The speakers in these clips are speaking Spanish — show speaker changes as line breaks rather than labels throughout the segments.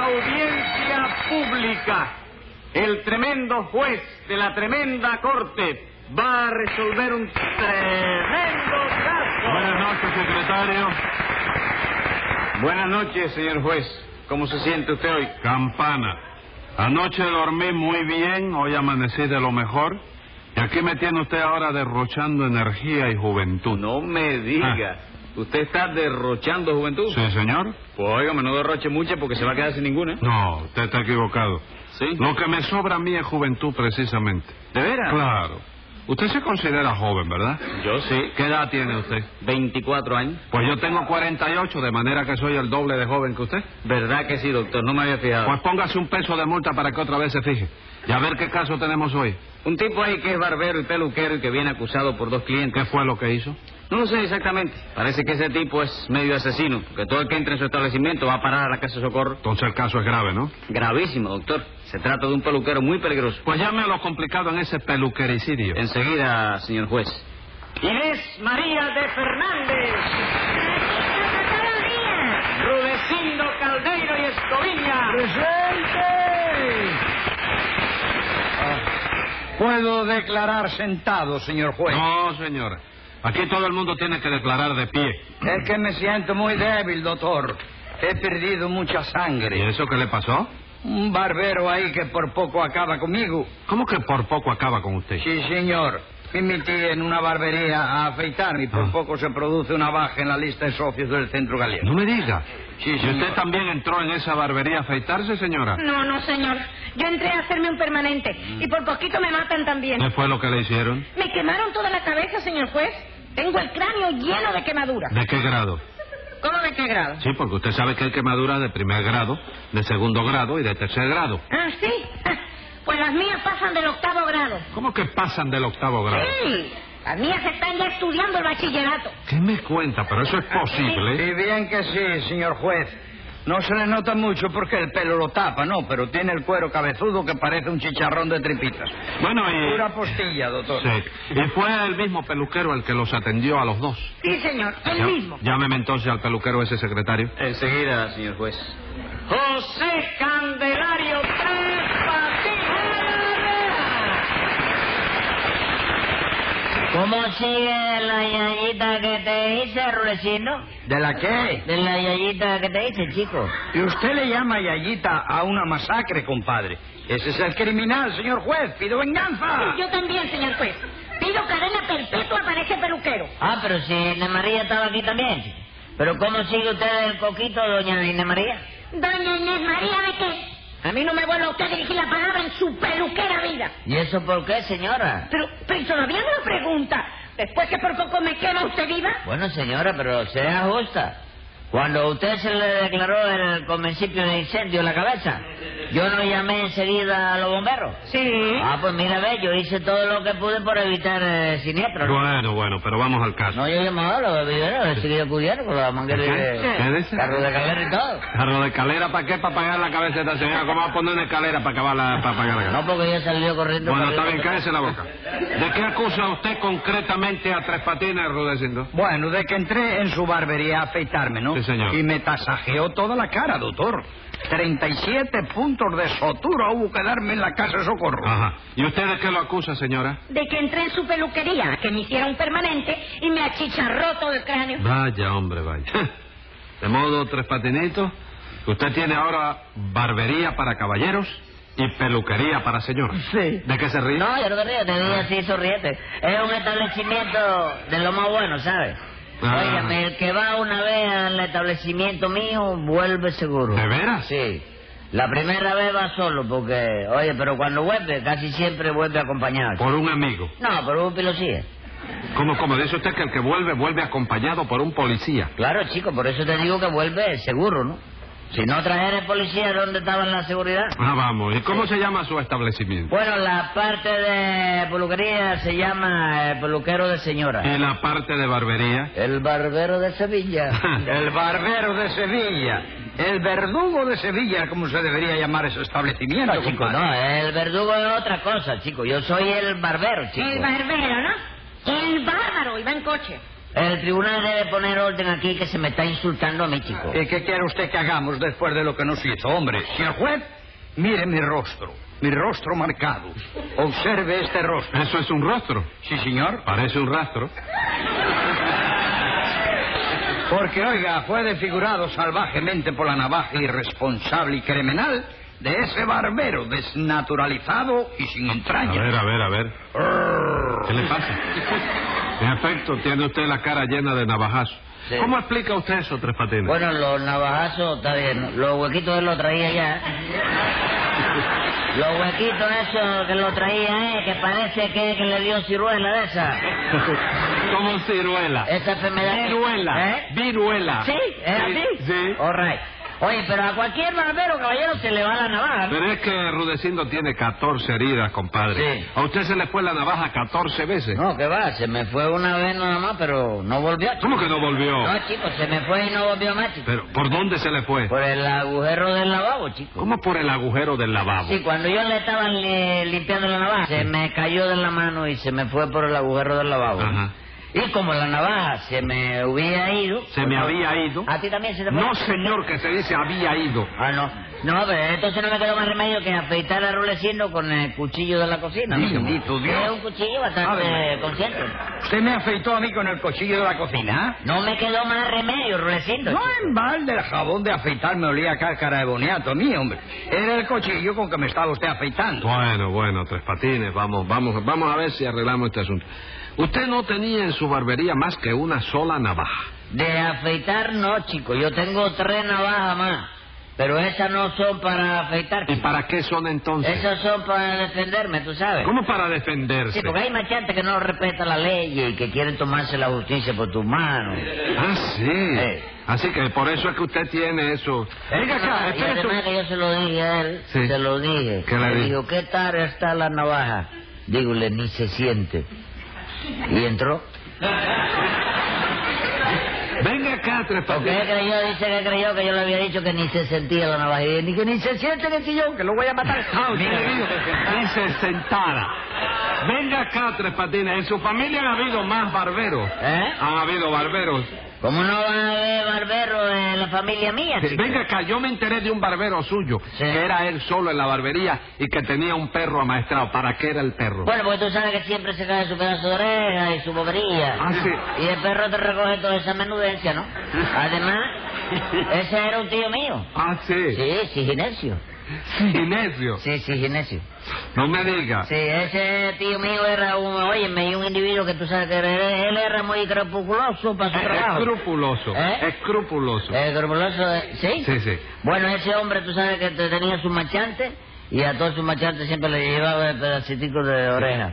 audiencia pública. El tremendo juez de la tremenda corte va a resolver un tremendo caso.
Buenas noches, secretario.
Buenas noches, señor juez. ¿Cómo se siente usted hoy?
Campana. Anoche dormí muy bien, hoy amanecí de lo mejor. Y aquí me tiene usted ahora derrochando energía y juventud.
No me diga. ¿Usted está derrochando juventud?
Ah. ¿Sí, señor?
Pues óigame, no derroche mucha porque se va a quedar sin ninguna.
No, usted está equivocado.
¿Sí?
Lo que me sobra a mí es juventud, precisamente.
¿De veras?
Claro. Usted se considera joven, ¿verdad?
Yo sí.
¿Qué edad tiene usted?
24 años.
Pues yo tengo 48, de manera que soy el doble de joven que usted.
¿Verdad que sí, doctor? No me había fijado.
Pues póngase un peso de multa para que otra vez se fije. Y a ver qué caso tenemos hoy.
Un tipo ahí que es barbero y peluquero y que viene acusado por dos
¿Qué
clientes.
fue Pues lo que hizo?
No lo sé exactamente. Parece que ese tipo es medio asesino, que todo el que entre en su establecimiento va a parar a la casa de socorro.
Entonces el caso es grave, ¿no?
Gravísimo, doctor. Se trata de un peluquero muy peligroso.
Pues llame a lo complicado en ese peluquericidio.
Enseguida, señor juez. Inés María de Fernández. Rudecindo Caldeiro y Escoviña.
Ah.
Puedo declarar sentado, señor juez.
No, señora. Aquí todo el mundo tiene que declarar de pie.
Es que me siento muy débil, doctor. He perdido mucha
¿Y
sangre.
eso qué le pasó?
Un barbero ahí que por poco acaba conmigo.
¿Cómo que por poco acaba con usted?
Sí, señor. Me metí en una barbería a afeitarme y por
Ah.
poco se produce una baja en la lista de socios del centro
No
gallego.
me diga.
Sí,
¿Y
señor.
usted también entró en esa barbería a afeitarse, señora?
No, no, señor. Yo entré a hacerme un permanente y por poquito me matan también.
¿Qué fue lo que le hicieron?
Me quemaron toda la cabeza, señor juez. Tengo el cráneo lleno de quemaduras.
¿De qué grado?
¿Cómo de qué grado?
Sí, porque usted sabe que hay quemaduras de primer grado, de segundo grado y de tercer grado.
Ah, sí. Ah, Pues las mías pasan del octavo grado.
¿Cómo que pasan del octavo grado?
Sí. Las mías están ya estudiando el bachillerato.
¿Qué me cuenta? Pero eso es posible.
Y bien que sí, señor juez. No se le nota mucho porque el pelo lo tapa, no, pero tiene el cuero cabezudo que parece un chicharrón de tripitas.
Bueno, y...
Pura postilla, doctor.
Sí. Y fue el mismo peluquero el que los atendió a los dos.
Sí, señor.
Ya-
El mismo.
Llámeme entonces al peluquero ese secretario.
Enseguida, señor juez. José Candelario Tres Patines.
¿Cómo sigue la yayita que te hice, Rulecino?
¿De la qué?
De la yayita que te hice, chico.
Y usted le llama Yayita a una masacre, compadre. Ese es el criminal, señor juez. Pido venganza.
Ah. Y Yo también, señor juez. Pido cadena perpetua para ese peluquero.
Ah, pero si Inés María estaba aquí también, chico. ¿Pero cómo sigue usted el coquito, doña Inés María?
Doña Inés María, ¿de qué? A mí no me vuelve usted a dirigir la palabra en su peluquera vida.
¿Y eso por qué, señora?
Pero, pero todavía no lo pregunta. Después que por poco me quema usted viva.
Bueno, señora, pero sea justa. Cuando usted se le declaró el convencipio de incendio en la cabeza, yo no llamé enseguida a los bomberos.
Sí.
Ah, pues mira, ve, yo hice todo lo que pude por evitar eh, siniestros. ¿no?
Bueno, bueno, pero vamos al caso.
No, yo llamaba a los viveros, he seguido cubierto con la manguera
¿Qué?
de...
¿Qué dice?
Carro de calera y todo.
Carro de escalera, ¿para qué? ¿Para pagar la cabeza de esta señora? ¿Cómo va a poner una escalera para, acabar la, para pagar la
No,
cabeza?
porque yo salió corriendo...
Bueno,
para
está
arriba.
bien, cállese la boca. ¿De qué acusa usted concretamente a Tres Patines, Rudecindo?
Bueno, de que entré en su barbería a afeitarme, ¿no?
Sí, señor.
Y me tasajeó toda la cara, doctor. 37 puntos de sotura hubo que darme en la casa de socorro.
Ajá. ¿Y usted de qué lo acusa, señora?
De que entré en su peluquería, que me hiciera un permanente y me achicharró todo el cráneo.
Vaya, hombre, vaya. De modo, Tres Patinitos, usted tiene ahora barbería para caballeros y peluquería para señoras.
Sí.
¿De qué se ríe?
No, yo no me río, te digo así sonriente. Es un establecimiento de lo más bueno, ¿sabes?
Ah.
Óigame, el que va una vez al establecimiento mío vuelve seguro.
¿De veras?
Sí. La primera vez va solo, porque... Oye, pero cuando vuelve, casi siempre vuelve acompañado.
Por un amigo.
No, pero un pilosía.
¿Cómo, cómo? Dice usted que el que vuelve, vuelve acompañado por un policía.
Claro, chico, por eso te digo que vuelve seguro, ¿no? Si no trajera el policía, ¿dónde estaba la seguridad?
Ah, vamos. ¿Y cómo se llama su establecimiento?
Bueno, la parte de peluquería se llama eh, peluquero de señora.
En la parte de barbería.
El barbero de Sevilla.
El barbero de Sevilla. El verdugo de Sevilla, como se debería llamar ese establecimiento,
No, chico,
compadre.
no, el verdugo es otra
pues.
cosa, chico. Yo soy el barbero, chico.
El barbero, ¿no? El bárbaro iba en coche.
El tribunal debe poner orden aquí que se me está insultando a mi chico.
¿Y qué quiere usted que hagamos después de lo que nos hizo, hombre? Señor juez, mire mi rostro, mi rostro marcado. Observe este rostro.
Eso es un rostro.
Sí, señor.
Parece un rastro.
Porque, oiga, fue desfigurado salvajemente por la navaja irresponsable y criminal de ese barbero desnaturalizado y sin
A
entrañas.
ver, a ver, a ver. ¿Qué le pasa? En efecto, tiene usted la cara llena de navajazos.
Sí.
¿Cómo explica usted eso, Tres Patines?
Bueno, los navajazos, está bien. Los huequitos él los traía ya. Los huequitos esos que lo traía, eh, que parece que, que le dio ciruela de esa.
Como ciruela.
Esa enfermedad. que-
Viruela.
¿Eh?
Viruela.
¿Sí? ¿Es así?
Sí.
All right. Oye, pero a cualquier barbero, caballero, se le va la navaja. ¿no?
Pero es que Rudecindo tiene 14 heridas, compadre.
Sí.
A usted se le fue la navaja 14 veces.
No, que va, se me fue una vez nada más, pero no volvió. chico.
¿Cómo que no volvió?
No, chico, se me fue y no volvió más, chico.
Pero, ¿por dónde se le fue?
Por el agujero del lavabo, chico.
¿Cómo por el agujero del lavabo?
Sí, cuando yo le estaba li- limpiando la navaja, se me cayó de la mano y se me fue por el agujero del lavabo.
Ajá.
Y como la navaja se me hubiera ido...
Se me había ido.
¿A ti también se te Ah, fue?
No, señor, que se dice había ido.
Ah, no. No, pero entonces no me quedó más remedio que afeitar a Rulecindo con el cuchillo de la cocina. amigo.
Bendito Dios.
Es un cuchillo
Ah,
A
bastante
ver.
consciente.
¿Usted me afeitó a mí con el cuchillo de la cocina? ¿eh?
No me quedó más remedio, Rulecindo.
No
chico.
en balde el jabón de afeitar me olía a cáscara de boniato a mí, hombre. Era el cuchillo con que me estaba usted afeitando.
Bueno, bueno, Tres Patines, vamos, vamos, vamos a ver si arreglamos este asunto. Usted no tenía en su barbería más que una sola navaja.
De afeitar no, chico. Yo tengo tres navajas más. Pero esas no son para afeitar.
¿Y
chico.
para qué son entonces?
Esas son para defenderme, tú sabes.
¿Cómo para defenderse?
Eh. Sí, porque hay machantes que no respetan la ley y que quieren tomarse la justicia por tus manos.
Ah, sí.
Eh.
Así que por eso es que usted tiene eso. Venga acá,
y
espere
además
su-
que yo se lo dije a él,
Sí.
se lo dije.
¿Qué le dijo?
digo, ¿qué tal está la navaja? Dígole, ni se siente. Y entró.
Venga acá, Tres
¿Por
Patines.
qué creyó? Dice que creyó que yo le había dicho que ni se sentía la navaja. Y dije, ni que ni se siente en el sillón, que lo voy a matar.
Ah, usted
Mira,
le dijo que se- que se sentara. Venga acá, Tres Patines. En su familia han habido más barberos.
¿Eh?
Han habido barberos.
¿Cómo no van a haber barberos en la familia mía,
Sí,
chico?
Venga acá, yo me enteré de un barbero suyo,
Sí.
que era él solo en la barbería y que tenía un perro amaestrado. ¿Para qué era el perro?
Bueno, porque tú sabes que siempre se cae su pedazo de oreja y su bobería.
Ah, sí.
Y el perro te recoge toda esa menudencia, ¿no? Además, ese era un tío mío.
Ah, sí.
Sí, sí, Ginesio.
Inesio.
Sí, sí, Ginesio.
No me diga.
Sí, ese tío mío era un, óyeme, y un individuo que tú sabes que era- él era muy crepusculoso para su trabajo.
Escrupuloso.
¿Eh?
Escrupuloso.
Eh, escrupuloso, eh, ¿sí?
Sí, sí.
Bueno, ese hombre, tú sabes que te- tenía sus machantes, y a todos sus machantes siempre le llevaba el pedacito de oreja.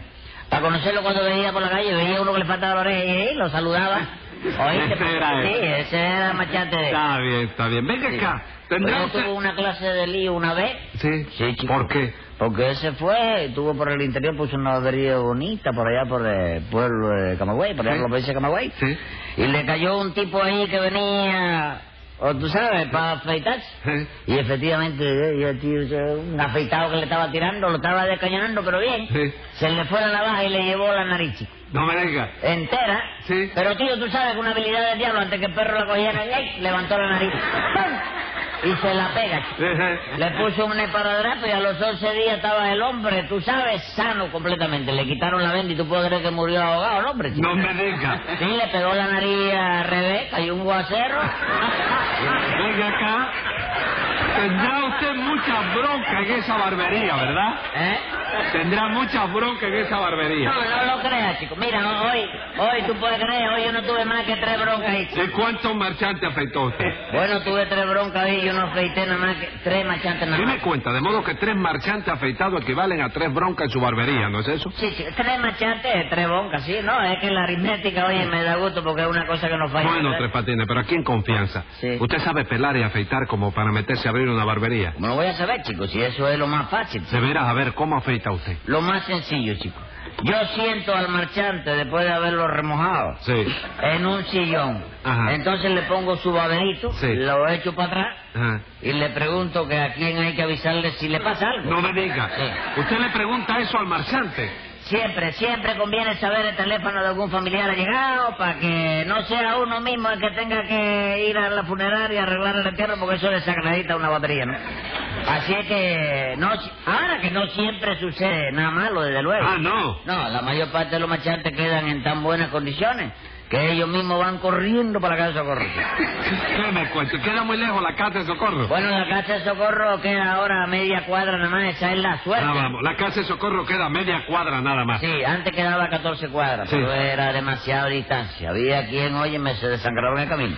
Para conocerlo cuando veía por la calle, veía uno que le faltaba la oreja y, eh, lo saludaba. Oíste,
Ese era
sí,
él.
ese era el machante de él.
Está bien, está bien. Venga
Sí.
acá.
Pero
Tendrá
yo
usted-
tuve una clase de lío una vez.
Sí.
Sí, chico.
¿Por qué?
Porque ese fue, tuvo por el interior, puso una barbería bonita por allá por el pueblo de Camagüey, por allá
Sí.
por la provincia de Camagüey.
Sí.
Y le cayó un tipo ahí que venía, o tú sabes, para afeitarse.
¿Eh?
Y efectivamente, eh, y el tío, eh, un afeitado que le estaba tirando, lo estaba descañonando, pero bien.
Sí.
Se le fue la navaja y le llevó la nariz, chico.
No me diga.
Entera.
Sí.
Pero tío, tú sabes que una habilidad del diablo, antes que el perro la cogiera, ¡ay! levantó la nariz. ¡Pam! Y se la pega, chico. Le puso un esparadrapo y a los 11 días estaba el hombre, tú sabes, sano completamente. Le quitaron la venda y tú puedes creer que murió ahogado el hombre. chico.
No me diga.
Sí, le pegó la nariz a Rebeca y un guacero.
Venga acá. Tendrá usted mucha bronca en esa barbería, ¿verdad?
¿Eh?
Tendrá mucha bronca en esa
No,
barbería.
no lo creas, chico. Mira, no, hoy, hoy tú puedes creer, hoy yo no tuve más que tres broncas ahí, chico.
¿De cuántos marchantes afeitó usted?
Bueno, tuve tres broncas ahí, yo no afeité nada más que tres machantes nada más.
Dime cuenta, de modo que tres marchantes afeitados equivalen a tres broncas en su barbería, ¿no es eso?
Sí, sí, tres machantes, tres broncas, sí, no, es que la aritmética, oye, me da gusto porque es una cosa que no falla.
Bueno,
¿verdad?
Tres Patines, pero aquí en confianza.
Sí.
Usted sabe pelar y afeitar como para meterse a abrir una barbería.
¿Cómo lo voy a saber, chico? Si eso es lo más fácil. pues.
De veras, a ver, ¿cómo afeita usted?
Lo más sencillo, chico. Yo siento al marchante después de haberlo remojado.
Sí.
En un sillón.
Ajá.
Entonces le pongo su baberito,
Sí.
lo echo para atrás
Ajá.
y le pregunto que a quién hay que avisarle si le pasa algo.
No me diga.
Sí.
Usted le pregunta eso al marchante.
Siempre, siempre conviene saber el teléfono de algún familiar allegado para que no sea uno mismo el que tenga que ir a la funeraria a arreglar el entierro porque eso desacredita una batería, ¿no? Así es que, no, si- ahora que no siempre sucede nada malo, desde luego.
Ah, no.
No, la mayor parte de los machantes quedan en tan buenas condiciones que ellos mismos van corriendo para la casa de socorro.
¿Qué me cuento? pues, Queda muy lejos la casa de socorro.
Bueno, la casa de socorro queda ahora a media cuadra nada más, esa es la suerte.
Ah, vamos. La casa de socorro queda a media cuadra nada más.
Sí, antes quedaba a 14 cuadras,
Sí.
pero era demasiada distancia. Había quien, oye, me se desangraba en el camino.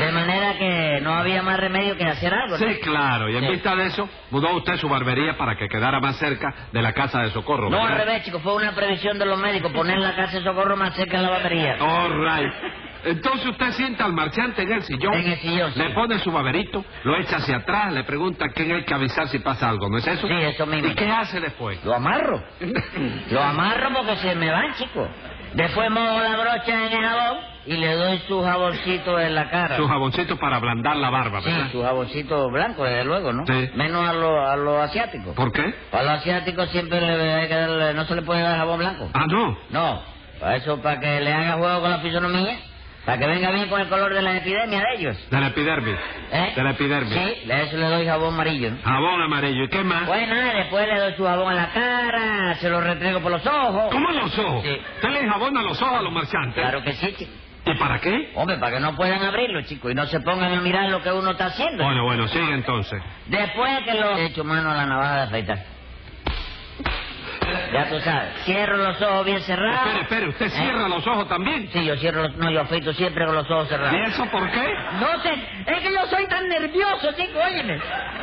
De manera que no había más remedio que hacer algo. ¿no?
Sí, claro. Y en
Sí.
vista de eso, mudó usted su barbería para que quedara más cerca de la casa de socorro.
No, al
¿verdad?
revés, chico, fue una previsión de los médicos, poner la casa de socorro más cerca de la batería.
All right. Entonces usted sienta al marchante en el sillón.
En el sillón, sí.
Le pone su baberito, lo echa hacia atrás, le pregunta a quién hay que avisar si pasa algo, ¿no es eso?
Sí, eso mismo.
¿Y qué hace después?
Lo amarro. Lo amarro porque se me van, chico. Después mojo la brocha en el jabón y le doy su jaboncito en la cara.
Su jaboncito para ablandar la barba,
Sí,
¿verdad?
su jaboncito blanco, desde luego, ¿no?
Sí.
Menos a los a los asiáticos.
¿Por qué?
A los asiáticos siempre le, hay que darle- no se le puede dar jabón blanco.
Ah, no.
No, para eso para que le haga juego con la fisonomía, para que venga bien con el color de la epidemia de ellos.
De la epidermis.
¿eh?
De la epidermis.
Sí, a eso le doy jabón amarillo. ¿no?
Jabón amarillo. ¿Y qué más?
Pues nada, después le doy su jabón en la cara, se lo retrego por los ojos.
¿Cómo los ojos?
Sí.
¿Usted le jabona los ojos a los marchantes?
Claro que sí, chico.
¿Y para qué?
Hombre, para que no puedan abrirlo, chicos, y no se pongan a mirar lo que uno está haciendo.
Bueno, bueno, sigue entonces.
Después que lo he hecho mano a la navaja de afeitar. Ya tú sabes, cierro los ojos bien cerrados.
Espere, espere, ¿usted
¿Eh?
cierra los ojos también?
Sí, yo cierro los... No, yo afeito siempre con los ojos cerrados.
¿Y eso por qué?
No sé, es que yo soy tan nervioso, chico, óyeme,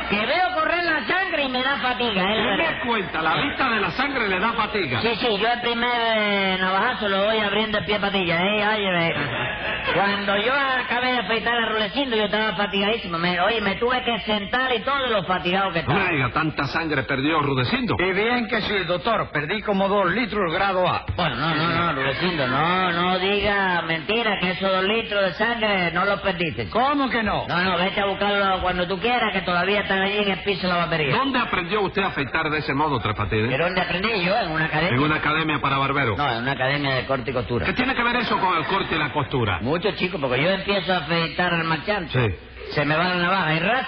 que veo correr la sangre y me da fatiga, ¿eh? la
¿Qué
verdad.
me cuenta? La vista de la sangre le da fatiga.
Sí, sí, yo el primer eh, navajazo lo voy abriendo el pie patilla, ¿eh? Óyeme, cuando yo acabé de afeitar a Rulecindo, yo estaba fatigadísimo. Me, oye, me tuve que sentar y todo de lo fatigado que
No
estaba.
me diga, tanta sangre perdió Rudecindo.
Y bien que sí, doctor. Perdí como dos litros grado A.
Bueno, no, no, no, Rulecindo, no, no diga mentira que esos dos litros de sangre no los perdiste. chico.
¿Cómo que no?
No, no, vete a buscarlo cuando tú quieras, que todavía están allí en el piso de la batería.
¿Dónde aprendió usted a afeitar de ese modo, Tres Patines?
¿Pero dónde aprendí yo? ¿En una academia?
En una academia para barberos.
No, en una academia de corte y costura.
¿Qué tiene que ver eso con el corte y la costura?
Mucho, chico, porque yo empiezo a afeitar al marchante.
Sí.
Se me va la navaja y ras,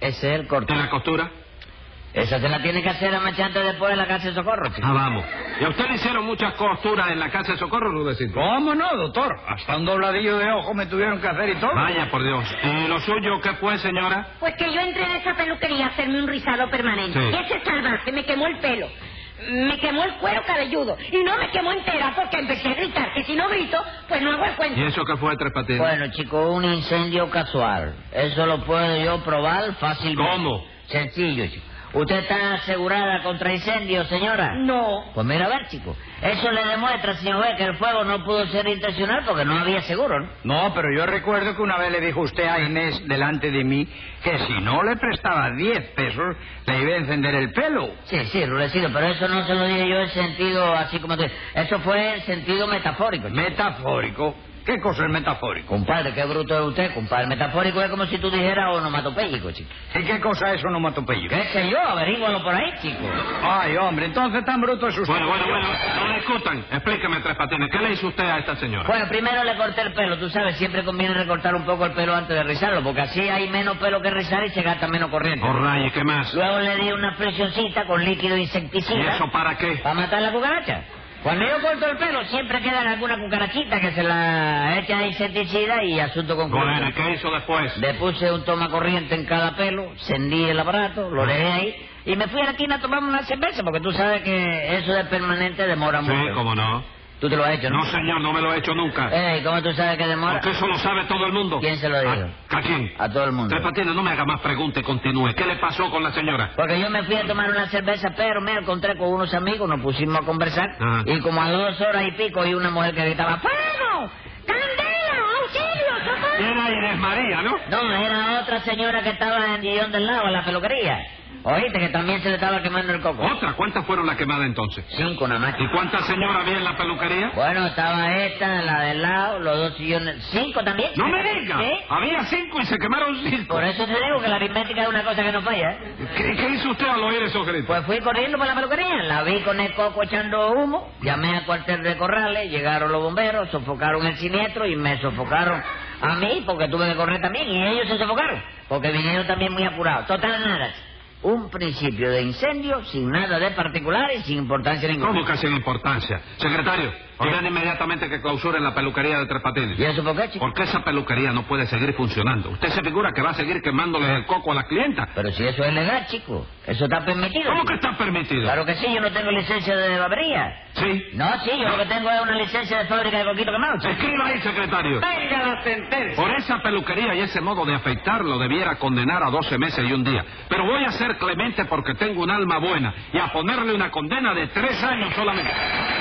ese es el corte.
¿De la costura?
Esa se la tiene que hacer al marchante después de la casa de socorro, chico.
Ah, vamos. ¿Y a usted le hicieron muchas costuras en la casa de socorro, Rudecindo?
¿Cómo no, doctor? Hasta un dobladillo de ojo me tuvieron que hacer y todo.
Vaya, por Dios. ¿Y lo suyo qué fue, señora?
Pues que yo entré en esa peluquería a hacerme un rizado permanente.
Sí.
Ese salvaje me quemó el pelo. Me quemó el cuero cabelludo. Y no me quemó entera porque empecé a gritar. Que si no grito, pues no hago el cuento.
¿Y eso qué fue, Tres Patines?
Bueno, chico, un incendio casual. Eso lo puedo yo probar fácilmente.
¿Cómo?
Sencillo, chico. ¿Usted está asegurada contra incendios, señora?
No.
Pues mira, a ver, chico. Eso le demuestra, señor B, que el fuego no pudo ser intencional porque no había seguro, ¿no?
No, pero yo recuerdo que una vez le dijo usted a Inés delante de mí que si no le prestaba 10 pesos, le iba a encender el pelo.
Sí, sí, Rudecido, pero eso no se lo dije yo en sentido así como te... Eso fue en sentido metafórico. chico.
Metafórico. ¿Qué cosa es metafórico?
Compadre, qué bruto es usted, compadre. Metafórico es como si tú dijeras onomatopéyico, chico.
¿Y qué cosa es onomatopeyo?
¿Qué sé yo? Averígualo por ahí, chico.
Ay, hombre, entonces tan bruto es usted.
Bueno, bueno, bueno, no discutan. Explíqueme, Tres Patines, ¿qué le hizo usted a esta señora?
Bueno, primero le corté el pelo. Tú sabes, siempre conviene recortar un poco el pelo antes de rizarlo, porque así hay menos pelo que rizar y se gasta menos corriente.
Oh, rayos, ¿qué más?
Luego le di una presioncita con líquido
¿Y
insecticida
eso para qué?
para matar la cucaracha. Cuando yo corto el pelo, siempre quedan alguna cucarachita que se la echa de insecticida y asunto con
Bueno, ¿y ¿qué hizo después?
Le puse un toma corriente en cada pelo, encendí el aparato,
Ah.
lo dejé ahí y me fui a la esquina a tomarme una cerveza porque tú sabes que eso de permanente demora
Sí,
mucho.
cómo no.
Tú te lo has hecho, ¿no?
No, señor, no me lo he hecho nunca.
Ey, ¿cómo tú sabes que demora?
Porque eso lo sabe todo el mundo.
¿Quién se lo dijo?
¿A, a quién?
A todo el mundo.
Tres Patines, no me haga más preguntas y continúe. ¿Qué le pasó con la señora?
Porque yo me fui a tomar una cerveza, pero me encontré con unos amigos, nos pusimos a conversar
Ajá.
y como a dos horas y pico y una mujer que gritaba ¡Fuego!
¡Candela! ¡Auxilio! ¡Socorro!
Era Inés María, ¿no?
No, era otra señora que estaba en Guillón del Lago, en la peluquería. Oíste que también se le estaba quemando el coco.
¿Otra? ¿Cuántas fueron las quemadas entonces?
Cinco nada más.
¿Y cuántas señoras había en la peluquería?
Bueno, estaba esta, la del lado, los dos sillones. ¿Cinco también?
¡No me digas!
Sí.
Había cinco y se quemaron cinco.
Por eso te digo que la aritmética es una cosa que no falla. ¿eh?
¿Qué, qué hizo usted al oír esos gritos?
Pues fui corriendo para la peluquería, la vi con el coco echando humo, llamé al cuartel de corrales, llegaron los bomberos, sofocaron el siniestro y me sofocaron a mí porque tuve que correr también y ellos se sofocaron porque vinieron también muy apurados. Total nada, un principio de incendio sin nada de particular y sin importancia
¿Cómo
ninguna.
que sin importancia? Secretario, ordene inmediatamente que clausuren la peluquería de Tres Patines.
¿Y eso por qué, chico?
Porque esa peluquería no puede seguir funcionando. Usted se figura que va a seguir quemándoles el coco a las clientas.
Pero si eso es legal, chico, eso está permitido.
¿Cómo
chico.
que está permitido?
Claro que sí, yo no tengo licencia de barbería.
Sí.
No, sí, yo lo que tengo es una licencia de fábrica de coquito quemado, chico.
Escriba ahí, secretario.
Venga la sentencia.
Por esa peluquería y ese modo de afeitar lo debiera condenar a 12 meses y un día. Pero voy a ser clemente porque tengo un alma buena y a ponerle una condena de tres años solamente.